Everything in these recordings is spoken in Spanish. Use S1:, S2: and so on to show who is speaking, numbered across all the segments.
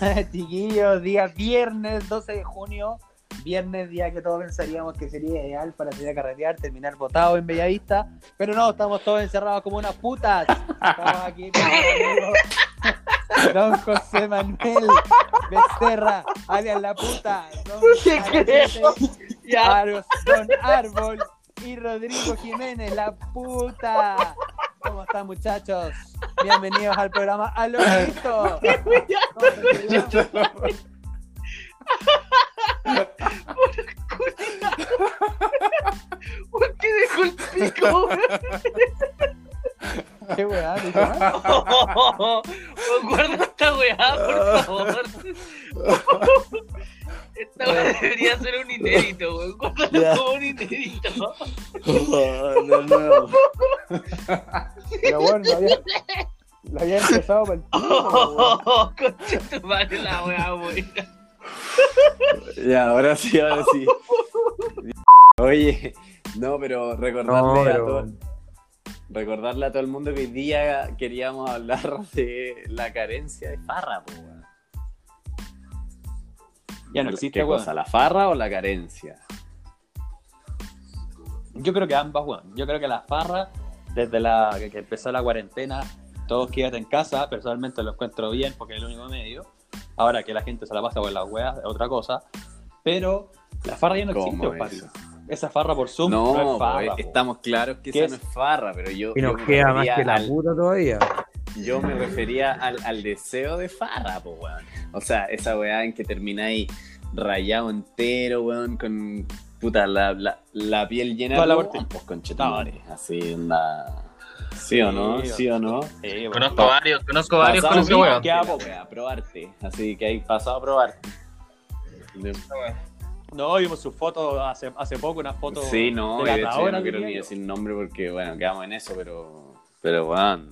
S1: Chiquillos, día viernes 12 de junio. Viernes, día que todos pensaríamos que sería ideal para salir a carretear, terminar votado en Bellavista. Pero no, estamos todos encerrados como unas putas. Estamos aquí con el amigo Don José Manuel Becerra, alias la puta. Don
S2: Te creo.
S1: Aracete,
S2: Ya.
S1: Aros- Don Árbol y Rodrigo Jiménez, la puta. ¿Cómo están, muchachos? Bienvenidos al programa A lo Listo.
S2: ¿Por qué dejó el pico?
S1: Qué weá, dijo, ¿ah?
S2: Guarda esta weá, por favor. Esta weá debería ser un inédito, weón. Guárdala
S3: Ya.
S2: como un inédito.
S3: Oh, no, no.
S1: Pero bueno, lo había, lo había empezado para el pues, pico,
S2: Concha tu madre la weá, weón.
S3: Ya, ahora sí, ahora sí. Oye, no, pero recordarle,
S1: No,
S3: a
S1: pero-
S3: todo, recordarle a todo el mundo que hoy día queríamos hablar de la carencia de farra, po, weón.
S1: Ya no existe,
S3: ¿Qué
S1: weón.
S3: cosa, la farra o la carencia?
S1: Yo creo que ambas, weón. Yo creo que las farras, desde la que, que empezó la cuarentena, todos quédate en casa. Personalmente lo encuentro bien porque es el único medio. Ahora que la gente se la pasa por las weas, es otra cosa. Pero la farra ya no existe,
S3: ¿Cómo
S1: weón, papi.
S3: eso?
S1: Esa farra por Zoom no,
S3: No,
S1: es farra.
S3: po,
S1: po.
S3: estamos claros que
S1: ¿Qué
S3: esa
S1: es?
S3: no es farra, pero yo,
S4: Y
S3: yo
S4: nos
S3: me
S4: queda más
S3: refería
S4: que la
S3: al-
S4: puta todavía.
S3: Yo me refería al, al deseo de farra, po, weón. O sea, esa weá en que termináis rayado entero, weón, con puta la, la, la piel llena
S1: Toda la
S3: de
S1: parte.
S3: weón, pues conchetumare. Así onda. ¿Sí o no?
S1: Sí,
S3: ¿Sí o no?
S1: Sí, weón.
S2: Conozco varios, conozco varios
S3: Pasado
S2: con ese
S3: bien,
S2: weón.
S3: que hago, weá, probarte. Así que hay pasado a probarte.
S1: No, vimos sus fotos hace, hace poco, una foto.
S3: Sí, no,
S1: de
S3: y de hecho yo
S1: catadora,
S3: no quiero
S1: diría
S3: ni
S1: yo.
S3: decir nombre porque, bueno, quedamos en eso, pero. Pero, weón.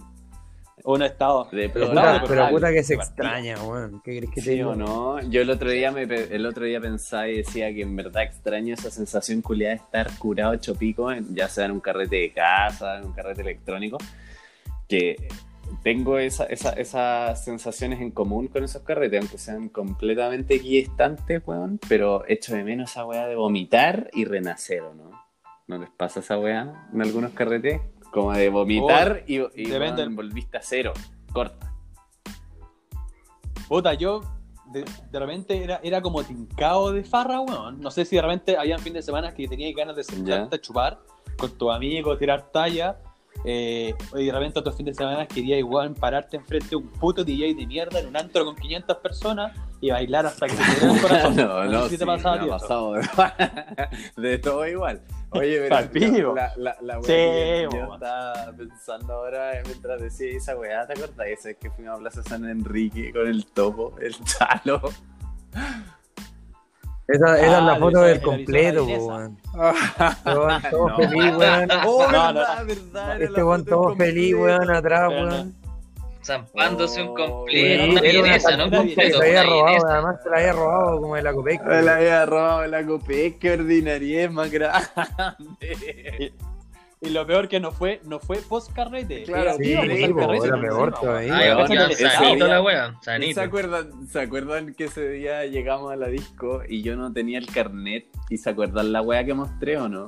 S1: Un estado.
S3: De
S4: Pero
S1: No,
S4: puta,
S1: no,
S4: pero
S1: no,
S4: puta que se
S1: no,
S4: extraña, weón. ¿Qué crees que te
S3: Sí o
S4: digo?
S3: no, yo el otro día me pe- el otro día pensaba y decía que en verdad extraño esa sensación culiada de estar curado hecho pico, en- ya sea en un carrete de casa, en un carrete electrónico, que tengo esa- esa- esas sensaciones en común con esos carretes, aunque sean completamente equidistantes, weón, pero echo de menos esa weá de vomitar y renacer, ¿o no? ¿No les pasa esa weá en algunos carretes? Como de vomitar y, y
S1: depende
S3: weón,
S1: del-
S3: volviste a cero, corta.
S1: Puta, yo de, de repente era, era como tincado de farra, weón. No sé si de repente había fin de semana que tenías ganas de sentarte a chupar con tus amigos, tirar talla. eh, y de repente otros fines de semana quería igual pararte enfrente de un puto DJ de mierda en un antro con 500 personas y bailar hasta que te diera el corazón.
S3: No, no,
S1: sé si
S3: sí,
S1: te pasaba a
S3: me
S1: ti
S3: ha
S1: eso.
S3: pasado de, de todo igual. Oye, pero
S1: Pal pico.
S3: la, la, la
S1: Sí,
S3: weá que yo
S1: bo.
S3: estaba pensando ahora eh, mientras decía esa weá, ¿te acordás? Esa vez que fuimos a Plaza San Enrique con el topo, el chalo.
S4: Esa, esa es
S1: Ah,
S4: la foto
S1: de-
S4: del
S1: de
S4: completo,
S1: Arizona, de
S4: weón. Este Weón, Todo
S3: No.
S4: feliz, weón.
S3: Oh,
S1: No, no,
S3: verdad, verdad. era
S4: Este
S3: la
S4: weón
S3: foto
S4: todo
S3: completa.
S4: feliz, weón, atrás,
S1: Pero no.
S4: weón.
S2: Zampándose un
S3: Oh,
S2: completo.
S1: Era
S4: Weón,
S2: Una
S4: Era una
S2: vienesa, ¿no? Un
S4: tarjeta que
S2: completo.
S4: se había
S2: una
S4: robado,
S2: vienesa.
S4: además se la había robado como de la Copec.
S3: Me Ah, la había robado la copé, qué ordinariedad más grande.
S1: Y lo peor que no fue, no fue post carrete.
S3: Claro,
S4: Sí,
S3: Sí,
S4: sí,
S3: bo,
S4: weón, era peor
S2: Ah,
S4: todavía.
S3: Weón,
S2: ya, ya,
S1: ese
S2: sanito
S3: día-
S2: la weá, sanito.
S3: ¿Se acuerdan, ¿Se acuerdan que ese día llegamos a la disco y yo no tenía el carnet? ¿Y se acuerdan la weá que mostré o no?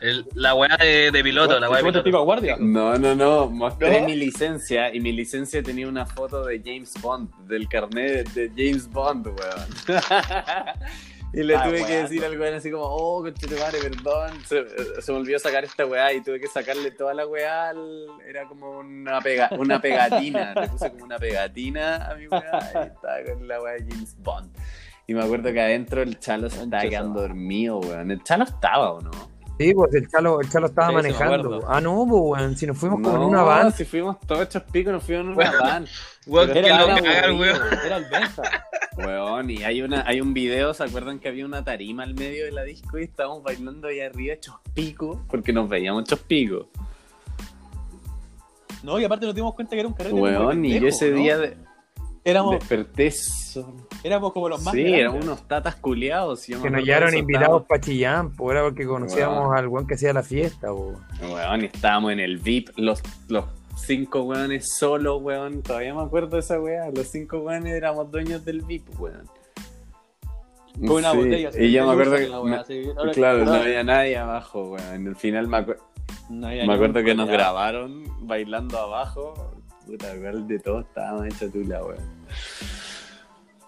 S2: El- La weá de, de piloto, la weá de
S1: tipo
S2: piloto.
S1: a guardia?
S3: No, no, no. Mostré
S1: ¿No?
S3: mi licencia y mi licencia tenía una foto de James Bond, del carnet de James Bond, weón. y le
S1: Ah,
S3: tuve que
S1: weón.
S3: decir al weón así como, oh, conchetumare, perdón. Se, se me olvidó sacar esta weá y tuve que sacarle toda la weá. al- Era como una, pega, una pegatina. le puse como una pegatina a mi weá y estaba con la weá de James Bond. Y me acuerdo que adentro el chalo se estaba
S1: Concha su
S3: quedando
S1: madre.
S3: dormido, weón. El chalo estaba, ¿o no?
S4: Sí, pues el chalo, el chalo estaba
S1: Sí, sí, me
S4: manejando.
S1: acuerdo.
S4: Ah, no, pues, weón. Si nos fuimos como en
S3: No,
S4: una van.
S3: Si fuimos todos hechos picos, nos fuimos en una van.
S2: Weón,
S3: Pero
S2: que
S3: era
S2: lo caga el
S3: aburrido.
S2: weón.
S1: Era el Benza.
S3: Weón, y hay, una, hay un video, ¿se acuerdan que había una tarima al medio de la disco y estábamos bailando ahí arriba hechos picos? Porque nos veíamos hechos picos.
S1: No, y aparte nos dimos cuenta que era un carrete.
S3: Weón, y yo ese día de-
S1: Éramos,
S3: desperté solo.
S1: éramos como los más
S3: Sí,
S1: grandes.
S3: éramos unos tatas culiados. y yo me
S4: Que nos
S3: acuerdo
S4: llevaron
S3: eso,
S4: invitados para Chillán, pues era porque conocíamos
S3: Weón.
S4: al weón que hacía la fiesta, pues.
S3: estábamos- Weón, y estábamos en el VIP, los, los cinco weones solo, weón. Todavía me acuerdo de esa weá. Los cinco weones éramos dueños del VIP, weón.
S1: Con una
S3: Sí,
S1: botella.
S3: Y yo me acuerdo que.
S1: la
S3: me-
S1: weá, sí. Ahora-
S3: claro, no
S1: ahora-
S3: había nadie abajo, weón. Al final me, acuerdo
S1: no había
S3: me acuerdo
S1: ningún
S3: que nos
S1: culiao.
S3: grabaron bailando abajo. Puta, igual de todo estábamos hecha tula, weón.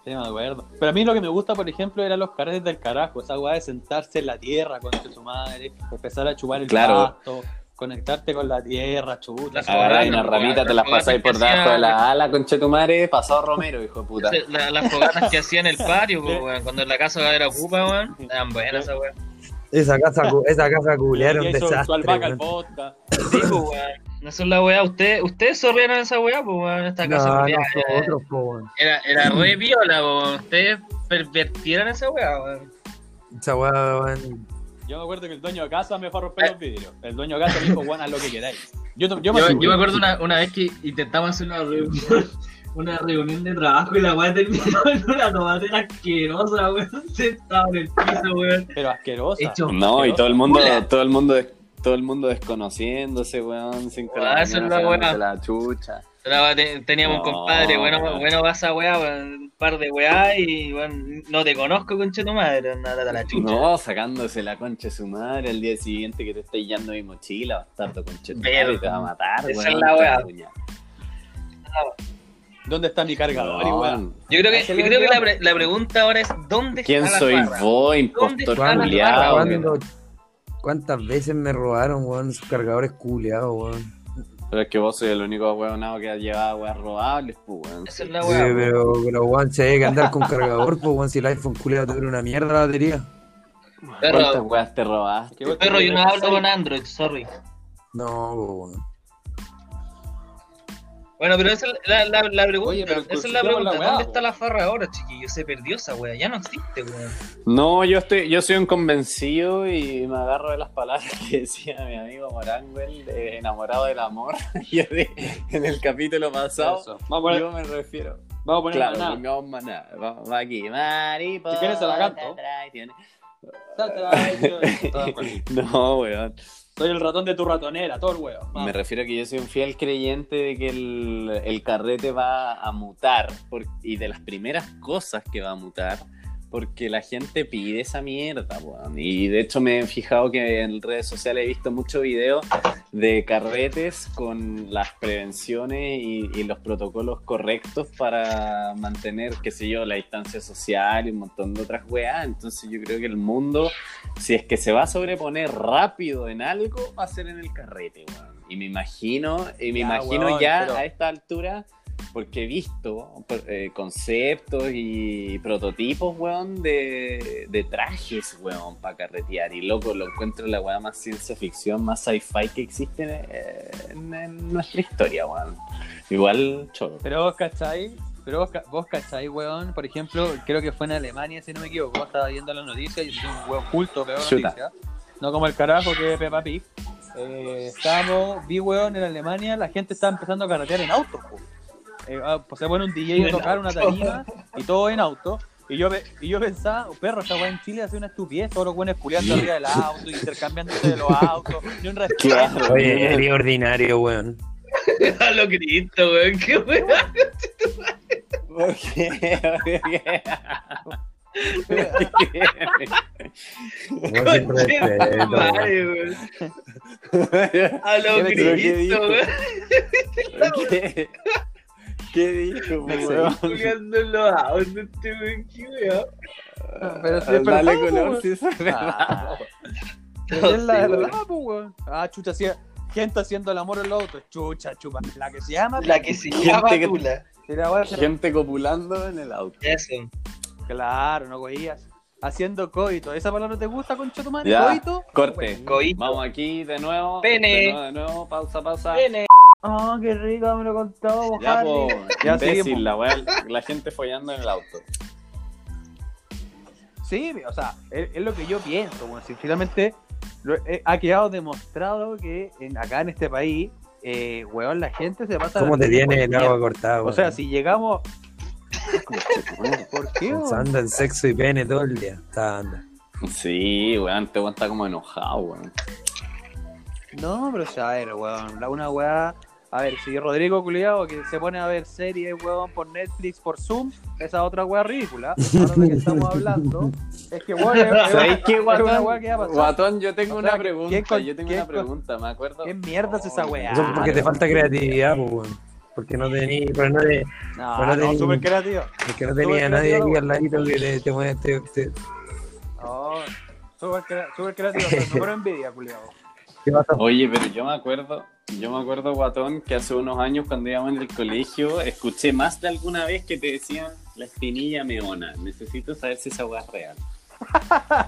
S1: Sí, me acuerdo. Pero a mí lo que me gusta, por ejemplo, eran los carretes del carajo. Esa weá de sentarse en la tierra con su madre, empezar a chupar el
S3: Claro.
S1: pasto, conectamente con la tierra, chuta. esa weá
S3: Agarráis
S1: era
S3: una
S1: como-
S3: ramita, te las pasáis por debajo de la ala, conchetumare. Pasado Romero, hijo de puta.
S2: Ese- la- las fogatas que hacían en el patio, pues, weón, cuando la casa era ocupa, weón, estaban buenas esas weón.
S4: Esa casa, cu- esa casa culiá era un
S1: Hizo su
S4: desastre.
S1: albahaca al
S4: weón.
S1: vodka.
S2: Sí, pues, weón. No son la weá, ustedes, ustedes sorrieron esa weá, pues, weón, esta
S4: No,
S2: casa eh. culiá, era,
S4: nosotros, po, weón.
S2: era, era re viola, weón. Ustedes pervertieron esa weá, weón.
S4: Esa weá, weón.
S1: Yo me acuerdo que el dueño de casa me fue a romper los vidrios. El dueño de casa me dijo, Juan, haz lo que queráis. Yo, yo me
S2: Yo,
S1: subí.
S2: yo me acuerdo una, una vez que intentamos hacer una reunión, una reunión de trabajo y la weá terminó en una tomatera asquerosa, weón, sentado en el piso, weón.
S1: Pero asquerosa.
S2: Hecho
S3: No, y
S1: Asquerosa.
S3: todo el mundo,
S2: Hola.
S3: todo el mundo, des- todo el mundo desconociéndose, weón, sin que
S2: Ah, esa es la
S3: la,
S2: weá.
S3: la chucha.
S2: Traba- te- Teníamos un
S3: No,
S2: compadre, bueno,
S3: weón.
S2: bueno, vas a weá, weón, un par de weá y bueno, no te conozco, conche tu madre, nada la chucha.
S3: No, sacándose la concha de su madre el día siguiente que te está yendo mi mochila, bastardo concha de tu
S2: Pero-
S3: madre, te va a matar,
S2: esa
S3: weón.
S2: es la
S3: te va a
S2: weá.
S3: apuñalar.
S1: ¿Dónde está mi cargador?
S3: No,
S1: igual?
S3: weón.
S2: Yo creo que,
S3: Esa
S2: yo
S3: es la
S2: creo que
S3: weá.
S2: la, pre- la pregunta ahora es: ¿dónde
S3: ¿Quién
S2: está la
S3: soy
S2: farra?
S3: vos,
S2: ¿Dónde
S3: impostor
S2: está la
S3: culiado?
S2: farra,
S4: ¿Cuándo- ¿Cuántas veces me robaron, weón, sus cargadores culiados, weón?
S3: Pero es que vos sois el único weonado que ha llevado weas robables, pues, weón.
S2: Esa es la
S4: Sí,
S2: weá. weón.
S4: pero, pero, weón, se debe que andar con cargador, pues, weón, si el iPhone culiado tuviera una mierda la batería.
S3: ¿Cuántas
S2: Perro,
S3: weas te robaste?
S1: Que vos te
S2: perro, yo no hablo
S1: regresás.
S2: con Android, sorry.
S4: No, po, weón.
S2: Bueno, pero esa es la, la, la pregunta,
S1: Oye, pero
S2: esa es la
S1: consultemos la
S2: pregunta:
S1: weá,
S2: ¿dónde
S1: po.
S2: está la farra ahora, chiquillo? Se perdió esa weá, ya no existe, weón.
S3: No, yo estoy, yo soy un convencido y me agarro de las palabras que decía mi amigo Moranguel, de enamorado del amor, yo de- en el capítulo pasado.
S1: Eso. Vamos a poner,
S3: Yo me refiero.
S1: vamos a poner
S3: claro,
S1: maná.
S3: pongamos maná. Vamos va aquí. Mariposa.
S1: Si quieres se la canto.
S3: traicionera.
S1: Todo el cuento.
S3: No, weón.
S1: Soy el ratón de tu ratonera, todo el huevo. Vamos.
S3: Me refiero a que yo soy un fiel creyente de que el, el carrete va a mutar por- y de las primeras cosas que va a mutar porque la gente pide esa mierda, weón. Y de hecho me he fijado que en redes sociales he visto mucho video de carretes con las prevenciones y, y los protocolos correctos para mantener, qué sé yo, la distancia social y un montón de otras weas. Entonces yo creo que el mundo, si es que se va a sobreponer rápido en algo, va a ser en el carrete, weón. Y me imagino, y me
S1: Ya,
S3: imagino
S1: weón,
S3: ya
S1: pero-
S3: a esta altura porque he visto por- eh, conceptos y prototipos, weón, de, de trajes, weón, para carretear. Y loco, lo encuentro la weá más ciencia ficción, más sci-fi que existe eh, en, en nuestra historia, weón. Igual, choro.
S1: Pero vos cacháis, pero vos, ca- vos cacháis, weón, por ejemplo, creo que fue en Alemania, si no me equivoco, estaba viendo la noticia y es un weón culto, pero
S3: Chuta.
S1: noticia. No como el carajo que es Peppa Pig. Eh, estábamos, vi weón en Alemania, la gente estaba empezando a carretear en auto, po. Eh, ah, pues se pone un DJ a
S2: En
S1: tocar una
S2: auto.
S1: tarima y todo en auto. Y yo, pe- y yo pensaba, oh, perro, esta weá en Chile hace una estupidez, todos los weones culiando arriba del auto, intercambiándose de los autos, ni un respeto.
S3: Claro,
S4: Oye,
S3: weón.
S4: sería ordinario, weón.
S2: A lo Cristo, weón, qué weá.
S3: ¿Por qué? ¿Por qué?
S4: Weón, sin
S2: Conche tu
S4: respeto, weón.
S2: madre, weón. A lo
S3: Pero que
S2: Cristo,
S3: dijo.
S2: weón.
S3: ¿Qué? ¿Qué dijo, weón?
S2: Juliando en los autos, este weón, qué weá.
S1: Pero si es
S3: Ah, Dale
S1: verdad,
S3: color
S1: weón.
S3: si es verdad.
S1: Ah. Pero si es la
S3: Sí,
S1: verdad, po, weón. Ah, chucha, sí, gente haciendo el amor en los autos. Chucha, chupa. La que se llama.
S2: La que se
S3: Gente
S2: llama
S3: que-
S2: Tula.
S1: Y la weá se-
S3: Gente copulando en el auto.
S2: Eso.
S1: Claro, no coías. Haciendo coito. ¿Esa palabra te gusta, concha tu madre?
S3: Ya,
S1: ¿Coito?
S3: Corte.
S2: Coito.
S3: Vamos aquí de nuevo.
S2: Pene.
S3: De nuevo, de nuevo. Pausa, pausa.
S1: Ah, qué rico, me lo contó,
S3: Ya, po,
S1: Harry. Ya,
S3: imbécil,
S1: seguimos.
S3: la, weá, la gente follando en el auto.
S1: Sí, o sea, es, es lo que yo pienso, bueno, si finalmente lo- eh, ha quedado demostrado que en- acá en este país, eh, weón, la gente se pasa...
S4: ¿Cómo te tiene el agua
S1: agua?
S4: cortada, weón?
S1: O sea, si llegamos... ¿Por qué,
S4: Se
S1: weón?
S4: anda en sexo y pene todo el día. Está anda.
S3: Sí, weón, te weón está como enojado, weón.
S1: No, pero ya era, weón. La- Una weá A ver, si Rodrigo Culiao que se pone a ver series, huevón, por Netflix, por Zoom, esa otra hueá ridícula, ahora de que estamos hablando, es que, hueón, es- es-
S3: ¿Sabéis qué,
S1: es una
S3: guatón?
S1: hueá que va a pasar.
S3: Guatón, yo tengo
S1: O sea,
S3: una
S1: ¿qué-
S3: pregunta.
S1: qué con-
S3: yo tengo
S1: qué
S3: una
S1: con-
S3: pregunda, me acuerdo.
S1: ¿Qué mierda es esa weá?
S4: Eso es porque te falta creatividad, pues, weón. Porque no tenía, porque no, te-
S1: No,
S4: Pero
S1: no,
S4: no tenía-
S1: súper creativo.
S4: porque no
S1: Todo
S4: tenía
S1: es
S4: nadie
S1: creativo,
S4: aquí
S1: weón.
S4: al ladito que te, te, mueve- te- te-
S1: No, súper cre- súper creativo, pero no por envidia, culiao.
S4: te pasa.
S3: Oye, pero yo me acuerdo, yo me acuerdo, guatón, que hace unos años cuando íbamos en el colegio, escuché más de alguna vez que te decían la espinilla meona. Necesito saber si esa hueá es real.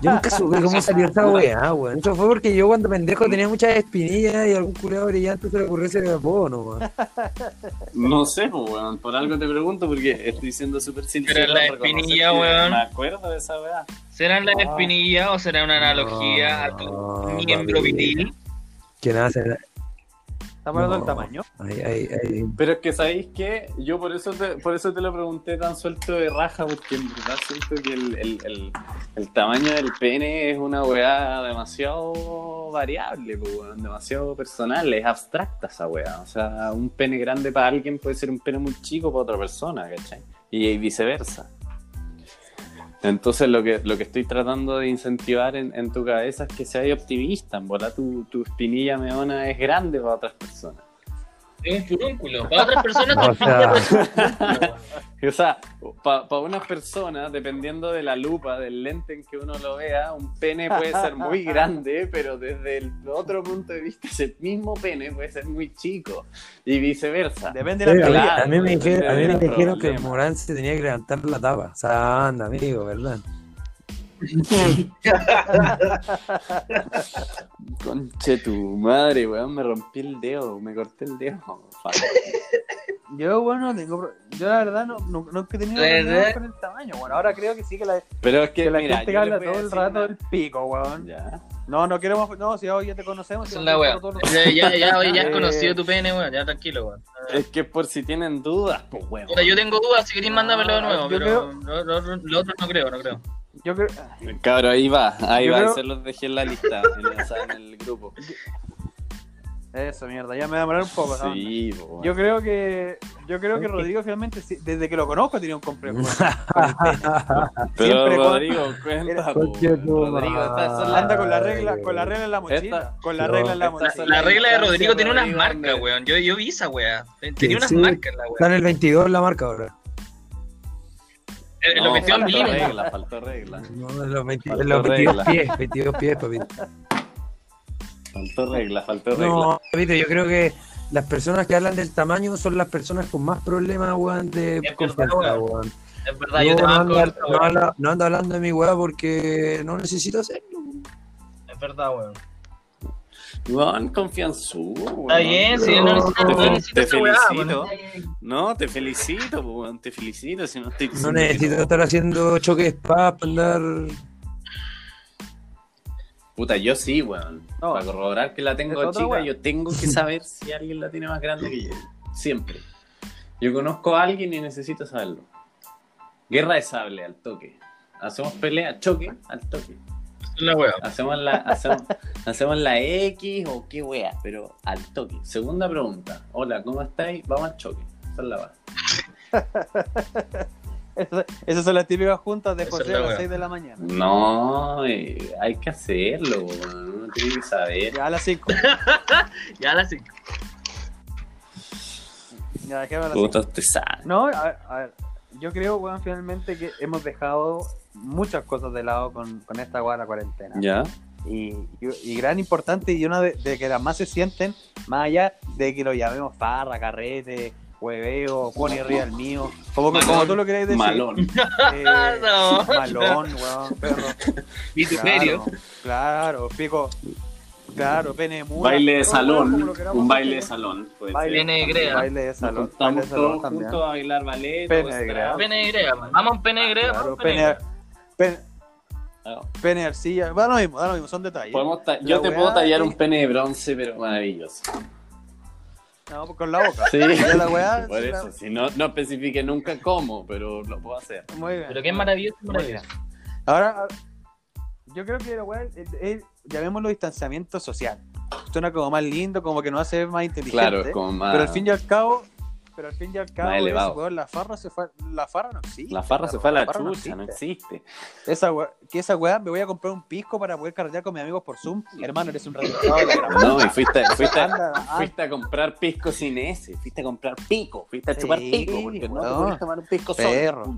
S4: Yo nunca supe cómo salió esa weá, weón. Eso fue porque yo cuando pendejo tenía muchas espinillas y algún curado brillante se le ocurrió ese apodo, weón.
S3: No sé, pues, weón, por algo te pregunto, porque estoy siendo súper sincero.
S2: Pero la
S3: al reconocer
S2: espinilla,
S3: que
S2: weón.
S3: Me acuerdo de esa weá.
S2: ¿Serán las
S1: Ah.
S2: espinillas o será una analogía a
S4: No,
S2: tu miembro
S4: papi.
S2: viril?
S4: Que nada, se-
S1: ¿Estamos hablando del
S4: No.
S1: tamaño?
S4: ahí, ahí, ahí.
S3: Pero es que sabéis que yo por eso te, por eso te lo pregunté tan suelto de raja, porque en verdad siento que el, el- el- el tamaño del pene es una weá demasiado variable, po, weón, demasiado personal, es abstracta esa weá. O sea, un pene grande para alguien puede ser un pene muy chico para otra persona, ¿cachai? Y, viceversa. Entonces lo que, lo que estoy tratando de incentivar en, en tu cabeza es que seas optimista, en volar tu, tu espinilla meona es grande para otras personas.
S2: Es un furúnculo. Para otras personas,
S4: O sea,
S3: O sea, para unas personas, dependiendo de la lupa, del lente en que uno lo vea, un pene puede ser muy grande, pero desde el otro punto de vista, ese mismo pene puede ser muy chico. Y viceversa.
S1: Depende
S4: Eh, a
S1: de
S4: mí,
S1: la
S3: Claro,
S4: a mí me dijeron, a mí me
S3: depende del
S4: dijeron que el
S3: problema.
S4: Morán se tenía que levantar la tapa. O sea, anda, amigo, ¿verdad?
S3: Conche tu madre, weón, me rompí el dedo, me corté el dedo. Fuck.
S1: Yo, bueno, no tengo. pro- Yo, la verdad, no, no, nunca he tenido
S2: ¿Verdad?
S1: problemas con el tamaño, bueno. Ahora creo que sí que la,
S3: Pero es que,
S1: que la
S3: mira,
S1: gente
S3: yo les
S1: habla
S3: voy a
S1: todo el
S3: decir
S1: rato
S3: una-
S1: del pico, weón.
S3: Ya.
S1: No, no queremos. No, si hoy ya te conocemos.
S2: Esa
S1: si
S2: es la wea.
S1: nosotros todos
S2: Ya, ya, ya, oye, ya has
S1: Eh.
S2: conocido tu pene, weón. Ya tranquilo, weón.
S3: Es que por si tienen dudas, pues weón.
S2: Puta, yo tengo dudas, si queréis mándamelo de
S1: Ah, yo
S2: nuevo,
S1: creo-
S2: pero lo, lo- lo otro no creo, no creo.
S1: nos- Yo creo.
S3: Cabro, ahí va, ahí
S1: Yo
S3: va,
S1: creo-
S3: se los dejé en la lista, en, esa- en el grupo.
S1: Eso, mierda, ya me va a demorar un poco, ¿no?
S3: Sí, po, weón.
S1: Yo creo que. Yo creo que Rodrigo finalmente, sí- desde que lo conozco, tiene un complejo.
S3: Pero
S1: Siempre con-
S3: Rodrigo, cuenta, po,
S4: Porque
S3: weón.
S4: no
S3: Rodrigo, estas son las-
S1: Anda con la regla, con la regla en la mochila.
S3: Esta-
S1: con la regla en la
S3: Esta-
S1: mochila.
S2: La regla de Rodrigo tiene unas
S3: Rodrigo,
S2: marcas,
S3: hombre.
S2: weón. Yo, yo vi esa wea. Tenía unas
S4: sí.
S2: marcas la
S4: Está
S2: wea.
S4: en el 22 la marca ahora.
S2: Eh,
S3: No,
S2: Lo metió en
S3: faltó
S2: milímetros.
S3: regla, faltó regla.
S4: No, en los, 20
S3: Faltó
S4: en los
S3: regla.
S4: 22 pies, 22 pies, papi.
S3: Faltó regla, faltó regla.
S4: No, papito, yo creo que las personas que hablan del tamaño son las personas con más problemas, weón, de
S2: verdad,
S4: confianza,
S2: weón.
S4: weón.
S2: Es verdad, yo
S4: No,
S2: te
S4: no
S2: banco
S4: ando,
S2: esa
S4: no
S2: wea.
S4: habla- no ando hablando de mi weá porque no necesito hacerlo.
S2: Es verdad, weón.
S3: Weón, confianzudo, weón.
S2: Está bien, si yo no necesito,
S3: Te
S2: no
S3: fel-
S2: necesito
S3: te
S2: esa weá,
S3: felicito.
S2: weón.
S3: No, te felicito, po, weón, te felicito. Si no estoy
S4: No
S3: diciendo que
S4: necesito estar haciendo choques para andar.
S3: Puta, yo sí, weón.
S1: No.
S3: Para corroborar que la
S1: Es
S3: tengo
S1: otra
S3: chica,
S1: weá.
S3: yo tengo que saber si alguien la tiene más grande que yo. Siempre. Yo conozco a alguien y necesito saberlo. Guerra de sable, al toque. Hacemos pelea, choque, al toque.
S2: Es la wea.
S3: Hacemos la, hacemos, hacemos la X o qué wea, pero al toque. Segunda pregunta. Hola, ¿cómo estáis? Vamos al choque. Esa es la base.
S1: Esa- Esas son las típicas juntas de
S2: Esa
S1: José
S2: es la
S1: a las
S2: wea.
S1: 6 de la mañana.
S3: No, eh, hay que hacerlo, weón. uno tiene que saber.
S1: Ya a las 5.
S2: Ya la sé.
S1: Ya dejemos a las 5.
S3: Puta, usted sabe.
S1: No, a ver, a ver, yo creo, weón, finalmente que hemos dejado muchas cosas de lado con, con esta weá de la cuarentena.
S3: ¿Ya?
S1: Y, y- y gran importante, y una de, de que las más se sienten, más allá de que lo llamemos farra, carrete, hueveo, pony real mío, como, que- como
S2: Malón.
S1: tú lo queréis decir.
S3: Malón.
S1: eh,
S2: No.
S1: malón, weón, perro.
S2: Vituperio.
S1: Claro, claro, pico. Claro, pene de mula,
S3: Baile de
S1: todo, weón, como
S3: salón.
S1: lo queramos
S3: Un baile de
S1: decir,
S3: salón. puede
S1: Baile-
S3: ser.
S2: Pene de grea.
S1: Baile de salón.
S3: Nos
S1: Baile de
S3: juntamos
S1: salón
S3: todos
S1: también.
S3: juntos a bailar ballet.
S1: Pene
S3: o
S1: de
S3: strap.
S1: grado.
S2: Pene de grea, weón. Vamos a un pene de grea, vamos a
S1: Claro,
S2: un pene de
S1: pene,
S2: grea.
S1: pene,
S3: Ah,
S1: Pene de arcilla, da lo mismo, da lo mismo, son detalles.
S3: podemos ta-
S1: La
S3: Yo te
S1: weá
S3: puedo tallar
S1: es-
S3: un pene de bronce, pero maravilloso.
S1: No, pues con la boca.
S3: Sí.
S1: Ya la weá,
S3: Por
S1: sí, la-
S3: eso, si no, no especifique nunca cómo, pero lo puedo hacer.
S1: Muy bien.
S2: Pero qué maravilloso, maravilloso.
S1: Ahora, a- yo creo que la weá es, es- llamémoslo distanciamiento social. suena como más lindo, como que no hace más inteligente.
S3: Claro, es como más.
S1: Pero al fin y al cabo, pero al fin y al cabo,
S3: Más elevado.
S1: ese weón, la farra se fue, la farra no existe.
S3: la farra se
S1: claro,
S3: fue a la,
S1: farra no
S3: chucha, no
S1: existe.
S3: existe.
S1: Esa weá, que esa weá me voy a comprar un pisco para poder carretear con mis amigos por Zoom. Hermano, eres un retrasado. de la gran-
S3: No, y fuiste, fuiste,
S1: Anda, ah,
S3: fuiste a comprar pisco sin ese, fuiste a comprar pico, fuiste a
S1: Sí,
S3: chupar pico, porque no te
S1: weón.
S3: podías tomar un pisco solo.
S1: Perro.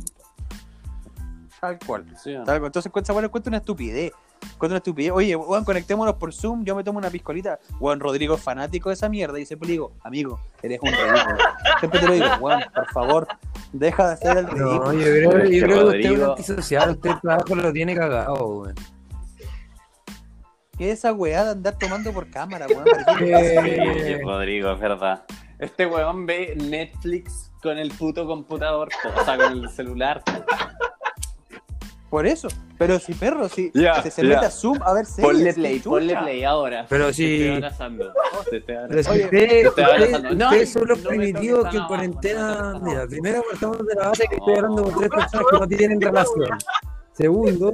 S1: tal cual.
S3: Sí, ¿o no?
S1: Tal cual. Entonces, cuenta, weón, cuenta una estupidez. Cuenta una estupidez. Oye, weón, conectémonos por Zoom, yo me tomo una piscolita. Weón, Rodrigo es fanático de esa mierda. Y siempre le digo, amigo, eres un ridículo. Siempre te lo digo, weón, por favor, deja de hacer el ridículo.
S2: pues,
S4: No, yo creo, yo
S3: Este
S4: creo que usted es un
S3: Rodrigo.
S4: antisocial, usted el trabajo lo tiene cagado, weón.
S1: ¿Qué es esa weá de andar tomando por cámara, weón? Parecía-
S4: Eh.
S3: Sí, Rodrigo, es verdad. Este weón ve Netflix con el puto computador, po, o sea, con el celular.
S1: Por eso. Pero si perro, si
S3: Ya,
S1: si se
S3: ya.
S1: mete a Zoom a ver si.
S3: Ponle play, ponle play ahora.
S4: Pero
S3: Te
S4: sí.
S3: estoy abrazando. Te estoy
S4: Pero si
S3: abrazando.
S4: usted,
S3: te estoy
S4: usted-
S3: abrazando. No,
S4: ustedes son los
S3: no me
S4: primitivos
S3: toques
S4: que
S3: esa mano, no
S4: en
S3: me toques
S4: cuarentena.
S3: esa
S4: Mira,
S3: mano.
S4: primero partamos de la base que estoy
S3: No.
S4: hablando con tres personas que no tienen relación. Segundo,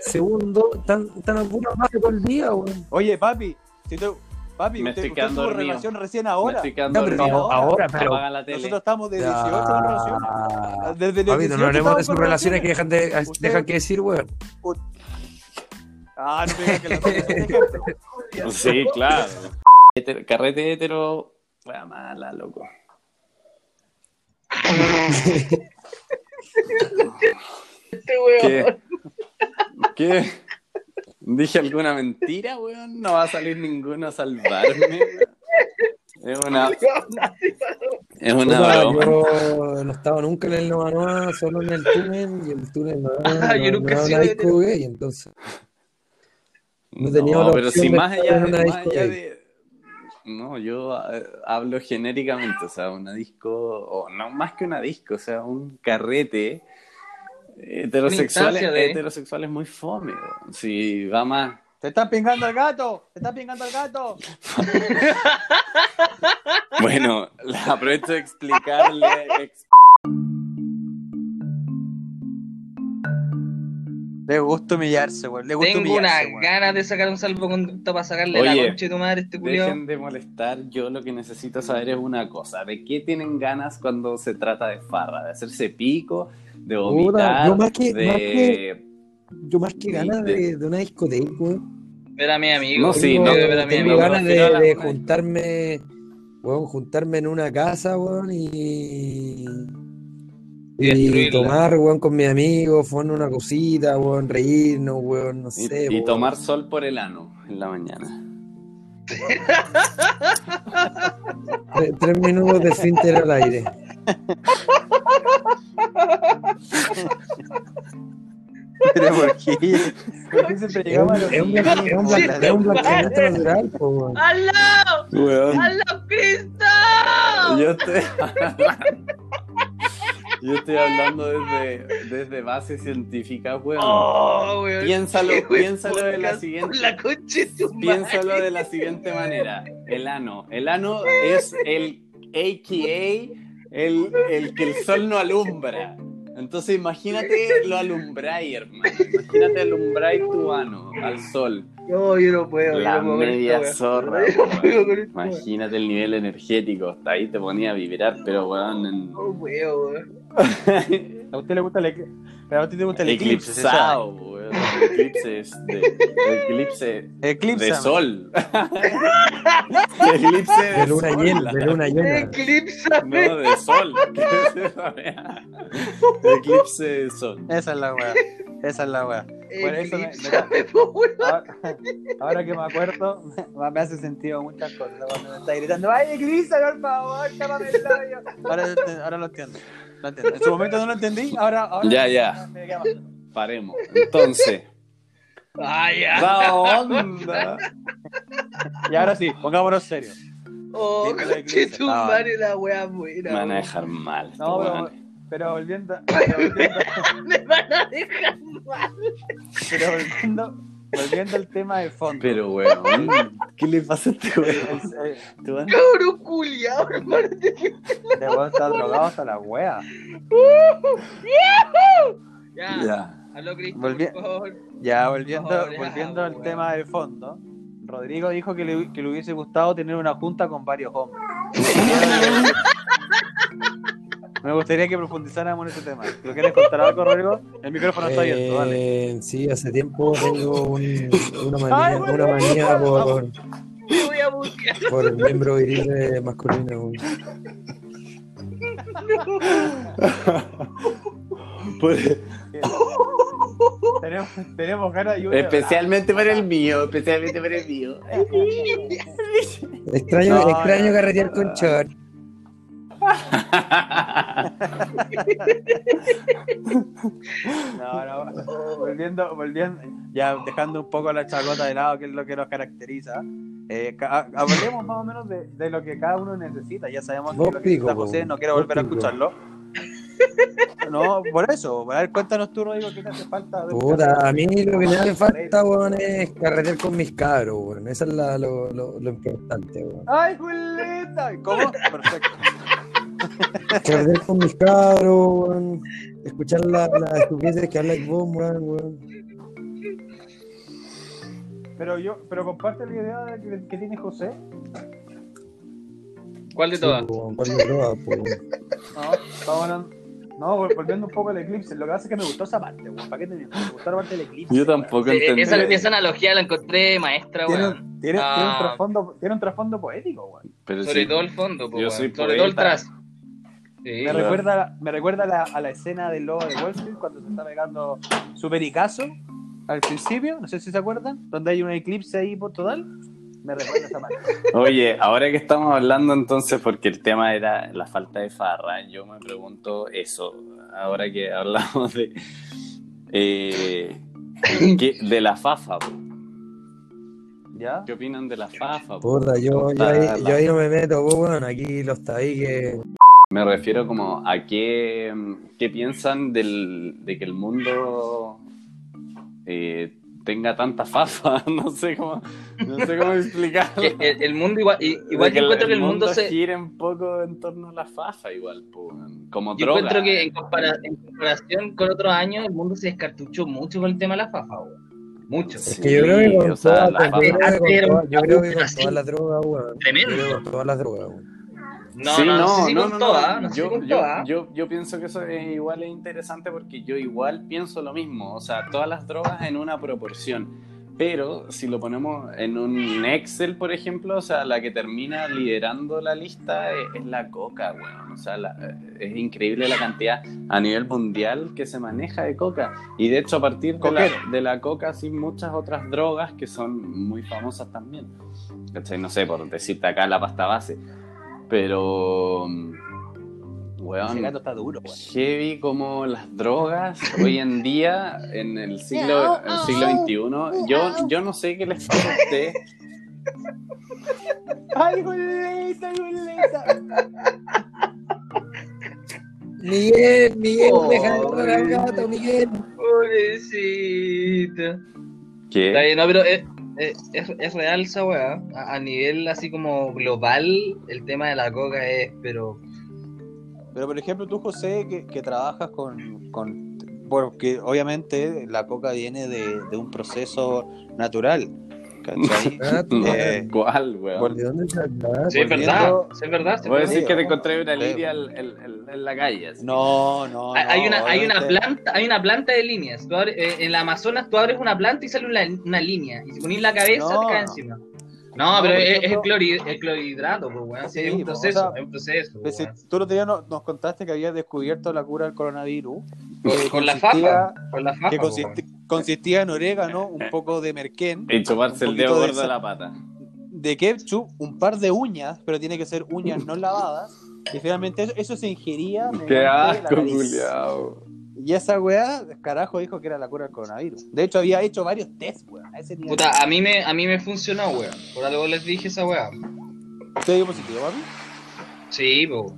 S4: segundo, están, están a pura base todo el día, weón.
S1: Oye, papi, si tú. Papi,
S3: Me
S1: usted,
S3: estoy
S1: usted
S3: quedando
S1: tuvo
S3: dormido.
S1: relación recién
S3: Me
S1: ahora.
S3: estoy quedando
S1: No, pero
S3: dormido.
S1: no, ahora,
S4: pero-
S3: Apaga la tele.
S1: Nosotros estamos de 18 en relación.
S4: Ah,
S1: Desde los
S4: Papito,
S1: 18
S4: no hablemos de
S1: estamos
S4: sus
S1: con
S4: relaciones que dejan, de,
S1: Ustedes-
S4: dejan que decir, weón.
S1: Ah, no me digas que lo tomes de ejemplo.
S3: Sí, claro. Heter- carrete hetero. Wea mala, loco. ¿Qué? ¿Qué? ¿Dije alguna mentira, weón? No va a salir ninguno a salvarme. Es una. Es una
S4: Puta,
S3: broma.
S4: yo no estaba nunca en el Nova Nova, solo en el túnel, y el túnel no era
S2: Ah, yo
S4: no,
S2: nunca he
S4: no era
S2: sido
S4: una
S2: de-
S4: disco gay, entonces. No teníamos
S3: No,
S4: la
S3: pero
S4: opción
S3: si
S4: de
S3: más
S4: estar
S3: allá,
S4: en una
S3: más
S4: disco
S3: allá
S4: gay.
S3: de. No, yo eh, hablo genéricamente, o sea, una disco, o no más que una disco, o sea, un carrete heterosexual,
S2: instancia de-
S3: heterosexual es muy fome. weón. Si va más.
S1: ¡Te están pingando al gato! ¡Te están pingando al gato!
S3: Bueno, la aprovecho de explicarle. ex-
S1: Le gusta humillarse, güey. Le gusta
S2: Tengo una
S1: humillarse, güey.
S2: ganas de sacar un salvoconducto para sacarle la
S3: Oye,
S2: concha de tu madre a este culiao.
S3: Dejen de molestar, yo lo que necesito saber es una cosa: ¿de qué tienen ganas cuando se trata de farra? ¿De hacerse pico? ¿De vomitar?
S4: yo más que-
S3: de...
S4: más que- Yo más que ganas
S3: Sí,
S4: de, de una discoteca, weón.
S2: Ver a mi amigo.
S3: No, sí,
S4: tengo,
S3: no.
S2: Ver a mi
S4: tengo
S3: no,
S2: amigo.
S4: ganas
S3: no,
S4: de,
S3: no, no,
S4: de
S3: no.
S4: juntarme, weón, juntarme en una casa, weón, y...
S2: Y
S4: Y
S2: destruirla.
S4: tomar, weón, con mis amigos, fumar una cosita, weón, reírnos, weón, no
S3: Y,
S4: sé,
S3: y
S4: weón.
S3: tomar sol por el ano en la mañana.
S4: Tres, tres minutos de esfínter al aire.
S1: Pero ¿por qué? ¿Por qué siempre
S4: Es un,
S1: llegamos a los
S4: es un, blan- es un blan- es un blanqueamiento natural, po, weón.
S2: ¡Al lado!
S3: Weón,
S2: ¡Al lado, Cristo!
S3: yo estoy Yo estoy hablando desde, desde base científica, weón.
S2: ¡Oh, weón!
S3: piénsalo,
S2: Qué buen
S3: piénsalo de la
S2: podcast
S3: siguiente.
S2: por La concha de tu madre.
S3: Piénsalo de la siguiente manera. El ano. El ano es el AKA, el, el que el sol no alumbra. Entonces imagínate lo alumbráis, hermano. Imagínate alumbráis tu ano al sol.
S2: No, yo no puedo. yo
S3: La
S2: no puedo con
S3: media
S2: esta,
S3: zorra,
S2: weón. Yo no puedo
S3: weón.
S2: con esta, weón.
S3: Imagínate el nivel energético. Hasta ahí te ponía a vibrar, pero weón. en-
S2: No puedo, weón.
S1: A usted le gusta el eclipse. Pero a usted le gusta el eclipse. se sabe.
S3: Eclipsado, weón. Eclipses de, eclipse de
S1: Eclipse.
S3: sol. eclipse de,
S4: De luna
S3: sol.
S4: llena, de luna llena.
S2: Eclipsame.
S3: No, de sol. ¿Qué es esa wea? eclipse de sol.
S1: Esa es la weá. Esa es la weá. Bueno, eso me- me-
S2: Eclipsame, po, weón.
S1: Ahora, ahora que me acuerdo, me, me hace sentido muchas cosas. Cuando me está gritando, ¡ay, eclipse, por favor! ¡Cámame el labio! Ahora, ahora lo entiendo. Lo entiendo. En su momento no lo entendí, ahora. ahora
S3: Ya, ya.
S1: Me queda más claro.
S3: Paremos. Entonces.
S2: Ay, ya.
S3: La onda.
S1: Y ahora sí, pongámonos serios.
S2: Oh,
S1: Dime la
S2: concha de
S1: eclipse.
S2: tu
S1: Ah.
S2: madre, la wea buena.
S3: Me van a
S2: weón.
S3: dejar mal.
S1: No, pero,
S3: weón.
S1: pero volviendo. Pero volviendo,
S2: Me van a dejar mal.
S1: pero volviendo, volviendo al tema de fondo.
S3: Pero, weón. ¿Qué le pasa a este weón?
S1: Es- eh,
S3: Este weón
S2: Cabrón culiao, hermano.
S1: Este weón está drogado hasta la wea.
S2: Ya.
S3: Ya.
S2: Uh, Aló, Cristo,
S1: Volví-
S2: por favor.
S1: Ya, volviendo,
S2: Pobre
S1: volviendo
S2: amo,
S1: al
S2: weón.
S1: tema de fondo. Rodrigo dijo que le, que le hubiese gustado tener una junta con varios hombres. Me gustaría que profundizáramos en este tema. ¿Lo quieres contar algo, Rodrigo? El micrófono está abierto, dale.
S4: Eh, sí, hace tiempo tengo un- una manía,
S1: Ay,
S4: una manía por,
S2: Me voy a buscar.
S4: por el miembro viril eh, masculino. güey.
S1: Tenemos, tenemos ganas de un
S3: Especialmente para el mío, especialmente para el mío.
S4: Extraño,
S1: No,
S4: extraño
S1: no.
S4: carretear con short.
S1: No, no, volviendo, volviendo, ya dejando un poco la chacota de lado, que es lo que nos caracteriza. Eh, ca- hablemos más o menos de, de lo que cada uno necesita. Ya sabemos que
S4: Vos
S1: lo que
S4: pico,
S1: necesita
S4: po,
S1: José no quiere
S4: vos
S1: volver a
S4: pico.
S1: escucharlo. No, por eso. A ver, cuéntanos tú, Rodrigo, qué te hace falta. de-
S4: Puta, a mí lo que me hace falta, weón, es carretear con mis cabros, weón. Eso es la- lo, lo- lo importante, weón.
S1: ¡Ay, Julita! ¿Cómo? Perfecto.
S4: Carretear con mis cabros, weón. Escuchar las la las estupideces que habla vos, weón, weón.
S1: Pero yo, pero comparte la idea de que, que tiene José.
S2: ¿Cuál de
S4: Sí,
S2: todas?
S4: weón, cuando lo hago, weón.
S1: No, estamos hablando- No, vol- volviendo un poco al eclipse. Lo que pasa es que me gustó esa parte, weón. ¿Para qué te miento? Me gustó la parte del eclipse.
S3: Yo tampoco
S2: Eh,
S3: entendí.
S2: Esa, esa analogía la encontré maestra,
S1: Tiene,
S2: weón.
S1: un- tiene- tiene un
S2: Ah.
S1: trasfondo, tiene un trasfondo poético, weón.
S3: Pero
S2: Sobre
S3: sí.
S2: todo el fondo, po,
S3: Yo
S2: weón.
S3: soy
S2: Sobre todo el
S3: poeta.
S2: trazo. Sí.
S1: Me recuerda, a la- me recuerda a, la, a la escena del lobo de Wall Street cuando se está pegando su pericazo al principio, no sé si se acuerdan, donde hay un eclipse ahí por total. Me recuerda esa parte.
S3: Oye, ahora que estamos hablando entonces, porque el tema era la falta de farra, yo me pregunto eso, ahora que hablamos de, eh, ¿qué- de la fafa. po.
S1: ¿Ya?
S3: ¿Qué opinan de la fafa? po?
S4: Puta, yo, yo, ahí, yo ahí no me meto, weón. Aquí los tabiques.
S3: Me refiero como a qué, qué piensan del, de que el mundo eh, tenga tanta fafa, no sé cómo, no sé cómo explicarlo.
S2: Que el, el mundo igual, i- igual
S3: De
S2: yo encuentro que el mundo, se.
S3: gira un poco en torno a la fafa igual, po, como
S2: Yo
S3: droga. eh.
S2: encuentro que en, compara- en comparación con otros años, el mundo se descartuchó mucho con el tema de la fafa, weón. Mucho.
S4: Es que yo creo que con
S3: o sea,
S4: todas
S3: la
S4: las
S3: fafa.
S4: drogas, yo creo que con
S2: Así.
S4: todas las drogas, weón. Yo
S2: Tremendo.
S4: creo que con todas las drogas, weón.
S2: No,
S3: Sí,
S2: no, no, sé si
S3: no,
S2: con
S3: no, no,
S2: todas, ¿ah? no sé si
S3: yo,
S2: con
S3: yo,
S2: todas.
S3: yo, yo pienso que eso es igual es interesante porque yo igual pienso lo mismo, o sea, todas las drogas en una proporción. Pero si lo ponemos en un Excel, por ejemplo, o sea, la que termina liderando la lista es, es la coca, weón. O sea, la- es increíble la cantidad a nivel mundial que se maneja de coca. Y de hecho, a partir de la,
S1: Coquero.
S3: de la coca, sí, muchas otras drogas que son muy famosas también. ¿Cachai? No sé, por decirte acá la pasta base. Pero. mm,
S1: Ese gato
S3: Weón,
S1: está duro, weón.
S3: heavy como las drogas hoy en día, en el siglo, el siglo XXI. Yo, yo no sé qué les pasa a ustedes.
S1: ¡Ay, Julita, Julita!
S4: Miguel, Miguel,
S2: Oh,
S4: deja de tocar al
S2: Miguel.
S4: gato, Miguel.
S2: Pobrecito. Está
S3: ¿Qué?
S2: bien, no, pero es, es- es, es real esa weá. A, a nivel así como global, el tema de la coca es, pero.
S1: Pero por ejemplo, tú, José, que, que trabajas con, con. Porque obviamente la coca viene de, de un proceso natural. ¿Cachai?
S4: Gato,
S1: Eh,
S3: ¿Cuál, weón?
S4: ¿De dónde Ah, sacas?
S2: Sí, es verdad, sí, es verdad. sí,
S3: Voy a
S2: es verdad.
S3: decir que te encontré una liria al- el- el- en la calle. así.
S1: No, no.
S2: Hay- hay,
S1: no,
S2: una, hay, una
S1: obviamente-
S2: planta, hay una planta de líneas. Tú abres- eh, en la Amazonas tú abres una planta y sale una, una línea. Y si ponís la cabeza,
S1: No.
S2: te cae encima. No,
S1: No,
S2: pero
S1: por
S2: es,
S1: ejemplo-
S2: es clori- es clorhidrato, pues, weón. Sí, es
S1: Sí,
S2: un
S1: po, o
S2: proceso,
S1: sea,
S2: es un proceso.
S1: Pues,
S2: weón.
S1: si tú el otro día no- nos contaste que habías descubierto la cura del coronavirus. eh,
S2: Con,
S1: que
S2: con la
S1: consistía-
S2: fafa. Con la pues, fafa.
S1: que
S2: po,
S1: consisti-
S2: weón.
S1: consistía en orégano, un poco de merquén,
S3: Y chuparse
S1: Un
S3: el dedo
S1: poquito de
S3: gordo
S1: esa-
S3: de la pata.
S1: de ketchup, un par de uñas, pero tiene que ser uñas no lavadas. Y finalmente eso, eso se ingería. mediante
S3: Qué
S1: la
S3: asco,
S1: nariz.
S3: culiao.
S1: Y esa weá, carajo, dijo que era la cura del coronavirus. De hecho, había hecho varios test, weá. A ese nivel.
S2: Puta, a mí, me, a mí me funcionó, weón. Por algo les dije esa weá.
S1: ¿Te dio positivo, papi?
S2: Sí, po.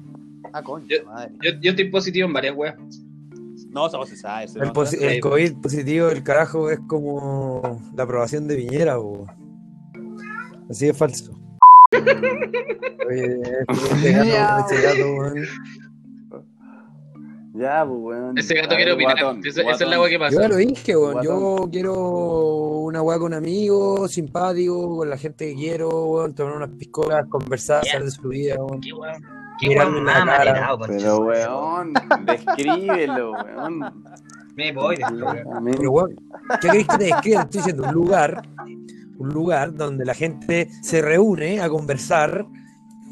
S1: Ah, coño,
S2: Yo-
S1: madre.
S2: Yo, yo estoy positivo en varias weas.
S1: No, eso se sabe. eso
S4: El,
S1: no-
S4: posi- el COVID positivo del carajo es como la aprobación de Piñera, bo. Así de falso. eh, Oye, este gato, este gato, weón.
S3: Ya, pues, weón.
S2: Ese gato
S3: A
S2: quiere
S3: ver,
S2: opinar.
S3: guatón,
S2: Esa, esa es la
S3: guatón.
S2: agua que
S4: Yo
S2: pasa.
S4: ya lo dije, weón. Yo
S3: Guatón.
S4: quiero una weá con amigos, simpático, con la gente que quiero, weón, tomar unas piscolas, conversar,
S5: Ya.
S4: hablar de su vida, weón.
S5: Qué weón. Qué
S4: Mirando
S5: weón
S4: la
S5: más
S4: cara.
S5: manerado, concha
S3: Pero,
S5: su madre.
S3: weón, descríbelo, weón.
S5: Me voy de este weón.
S3: Amén.
S4: Pero, weón, ¿qué crees que te describa? Te Estoy diciendo un lugar, un lugar donde la gente se reúne a conversar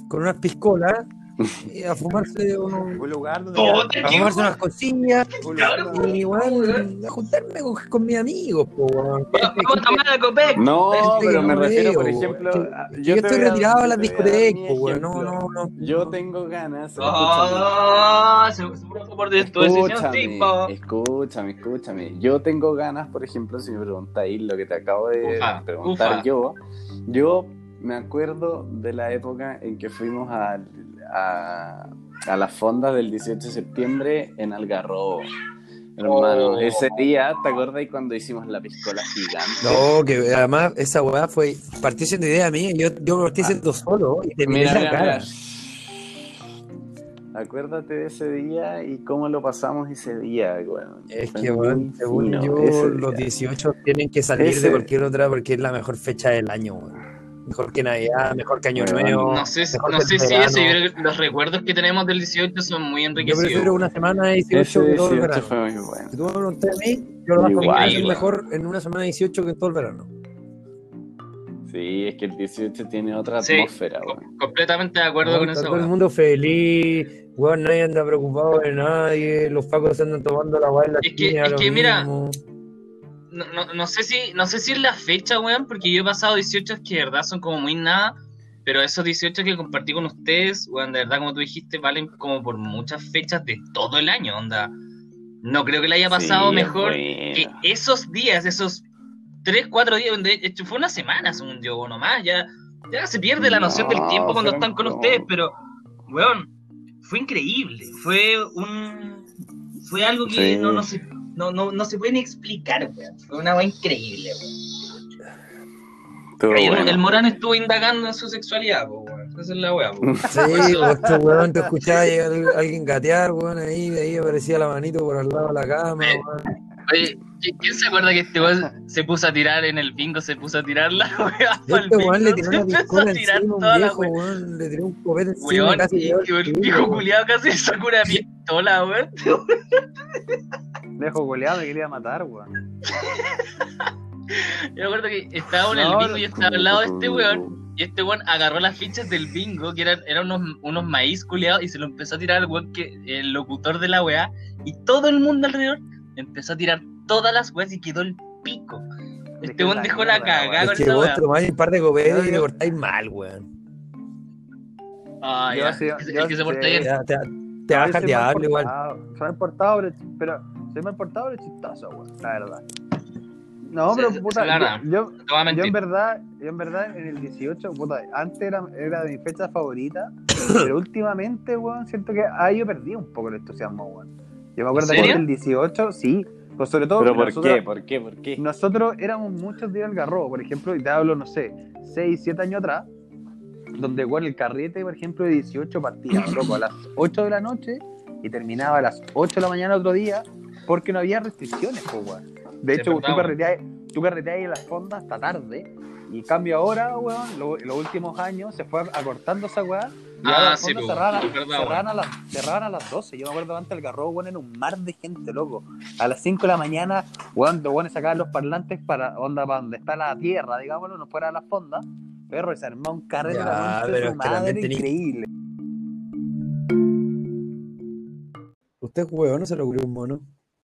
S4: con unas piscolas, y a fumarse unos-
S1: Un lugar donde.
S2: Puta,
S4: a fumarse unas cosillas
S1: Un lugar donde-
S4: y weón, a juntarme con, con mis amigos, po, weón.
S5: Vamos a tomar la copec.
S3: No, pero me
S4: Yo
S3: refiero,
S4: veo,
S3: por
S4: weón,
S3: ejemplo.
S4: que-
S3: a-
S4: Yo,
S3: te
S4: estoy
S3: voy a-
S4: retirado de las
S3: te voy a dar mi
S4: discotecas, weón. No,
S3: ejemplo.
S4: no, no.
S3: Yo tengo ganas.
S2: Ah,
S5: Oh, se se fue por de tu decisión, sí, po.
S3: escúchame, escúchame, escúchame. Yo tengo ganas, por ejemplo, si me preguntáis lo que te acabo de
S2: Ufa,
S3: preguntar
S2: ufa.
S3: yo, yo me acuerdo de la época en que fuimos a, a, a las fondas del 18 de septiembre en Algarrobo. Hermano,
S6: Oh.
S3: ese día, ¿te acordáis cuando hicimos la piscola gigante?
S4: No, que además esa weá fue. Partió siendo idea mía. Yo, yo partí siendo solo y terminé
S3: Ah. Mira,
S4: la
S3: mira,
S4: cara.
S3: mira. Acuérdate de ese día y cómo lo pasamos ese día, weón.
S4: Es
S3: Fue
S4: que,
S3: muy
S4: weón, según
S3: fino
S4: yo,
S3: ese
S4: los
S3: día.
S4: 18 tienen que salir
S3: Ese-
S4: de cualquier otra porque es la mejor fecha del año, weón. Mejor que Navidad, mejor que Año
S3: Weón,
S4: Nuevo.
S2: No sé,
S4: mejor
S2: no
S4: que
S2: sé
S4: el
S2: si eso, yo
S4: verano.
S2: creo que los recuerdos que tenemos del 18 son muy
S4: Yo
S2: enriquecidos.
S4: prefiero una semana de 18
S3: Ese
S4: que todo el
S3: 18
S4: verano.
S3: fue muy bueno.
S4: Si tú me preguntas a mí, yo lo más
S3: Igual,
S4: probable es que es
S2: weón.
S4: mejor en una semana de 18 que en todo el verano.
S3: Sí, es que el 18 tiene otra
S2: Sí.
S3: atmósfera, weón.
S2: Co- completamente de acuerdo
S4: No,
S2: con
S4: está
S2: eso.
S4: todo el mundo feliz, weón, nadie anda preocupado de nadie, los pacos se andan tomando la weá en la
S2: Es que-
S4: esquina,
S2: es
S4: lo
S2: que mira,
S4: mismo.
S2: No, no, no sé si no sé si es la fecha, weón, porque yo he pasado 18 que de verdad son como muy nada, pero esos 18 que compartí con ustedes, weón, de verdad, como tú dijiste, valen como por muchas fechas de todo el año, onda. No creo que le haya pasado
S3: Sí, es
S2: mejor que
S3: bueno.
S2: esos días, esos 3, 4 días, de hecho fue una semana, según yo, o nomás, ya, ya se pierde la noción del
S3: No,
S2: tiempo cuando
S3: fueron
S2: están con
S3: como-
S2: ustedes, pero,
S5: Weón, fue increíble. Fue un. Fue algo que
S3: Sí.
S5: no, no, se, no, no, no se puede ni explicar, weón. Fue una weá increíble, weón.
S3: Estuvo
S2: el,
S3: bueno.
S2: el Morán estuvo indagando en su sexualidad, po, weón. Esa es la weá, po.
S4: Sí, o este weón te escuchaba y al- alguien gatear, weón, ahí, de ahí aparecía la manito por al lado de la cama, weón.
S2: Oye, ¿qui- ¿quién se acuerda que este weón se puso a tirar en el bingo? Se puso a tirar la weá
S4: Yo
S2: pa'l
S4: este
S2: bingo,
S4: weón le tiró
S2: se
S4: una
S2: empezó a
S4: piscola
S2: tirar
S4: encima a
S2: toda
S4: un
S2: la
S4: viejo,
S2: weá.
S4: weón, le tiró un copete encima
S2: Weón,
S4: casi
S2: y,
S4: le dio
S2: y el
S4: culo,
S2: viejo
S4: weón.
S2: culiado casi sacó una pistola, weón.
S1: Dejo goleado, me quería matar, weón.
S2: Yo me acuerdo que estaba en el
S1: No,
S2: bingo y estaba al lado de este weón. Y este weón agarró las fichas del bingo, que eran, eran unos, unos maíz culiados, y se lo empezó a tirar al weón que, el locutor de la weá, y todo el mundo alrededor empezó a tirar todas las weas y quedó el pico. Este
S1: Dejó
S2: weón
S1: la
S2: dejó la
S1: mierda, la
S2: cagada
S4: Es
S2: con
S4: que
S2: esa
S4: vos
S2: weá.
S4: tomáis un par de copetes y te cortáis mal, weón.
S2: Ah,
S1: Yo
S2: ya.
S1: sí-
S2: El que-
S1: yo
S2: el que se porta
S1: sí.
S2: bien.
S4: Ya, Te, te vas a diablo igual.
S1: Soy mal portado, pero, pero soy mal portado, pero chistoso, weón. La verdad. No,
S2: Sí,
S1: pero
S2: sí,
S1: puta,
S2: sí, la verdad.
S1: yo- yo,
S2: No te voy a
S1: Yo en
S2: mentir.
S1: verdad, yo en verdad en el 18, puta, antes era, era de mi fecha favorita, pero últimamente, weón, siento que ahí yo perdí un poco el entusiasmo, weón. Yo me acuerdo
S2: ¿En
S1: que
S2: serio?
S1: el 18, sí, pues sobre todo
S3: ¿Pero
S1: porque
S3: por
S1: nosotros,
S3: qué? ¿Por qué? ¿Por qué?
S1: nosotros éramos muchos de ir al garrobo, por ejemplo, y te hablo, no sé, 6, 7 años atrás, donde, weón, el carrete, por ejemplo, de 18 partía, loco, a las 8 de la noche y terminaba a las 8 de la mañana otro día, porque no había restricciones, po, weón. De
S2: Sí,
S1: hecho,
S2: es verdad,
S1: tú
S2: weón.
S1: carreteas, tú carreteas en las fondas hasta tarde, y en cambio ahora, weón, lo- en los últimos años se fue acortando esa weá. Y
S2: Ah,
S1: ahora las
S2: sí,
S1: fondas
S2: po,
S1: cerraban,
S2: es verdad,
S1: cerraban a las, cerraban a las 12. Yo me acuerdo antes el garrobo, weón, era un mar de gente, loco. A las 5 de la mañana, weón, los weones sacaban los parlantes para onda para donde está la tierra, digámoslo, no fuera de las fondas. Perro, y se armaba un carrete
S4: Ya,
S1: de la concha de
S4: pero
S1: su
S4: es que también
S1: madre,
S4: tenía-
S1: increíble.
S4: Usted, weón, no se le ocurrió un mono.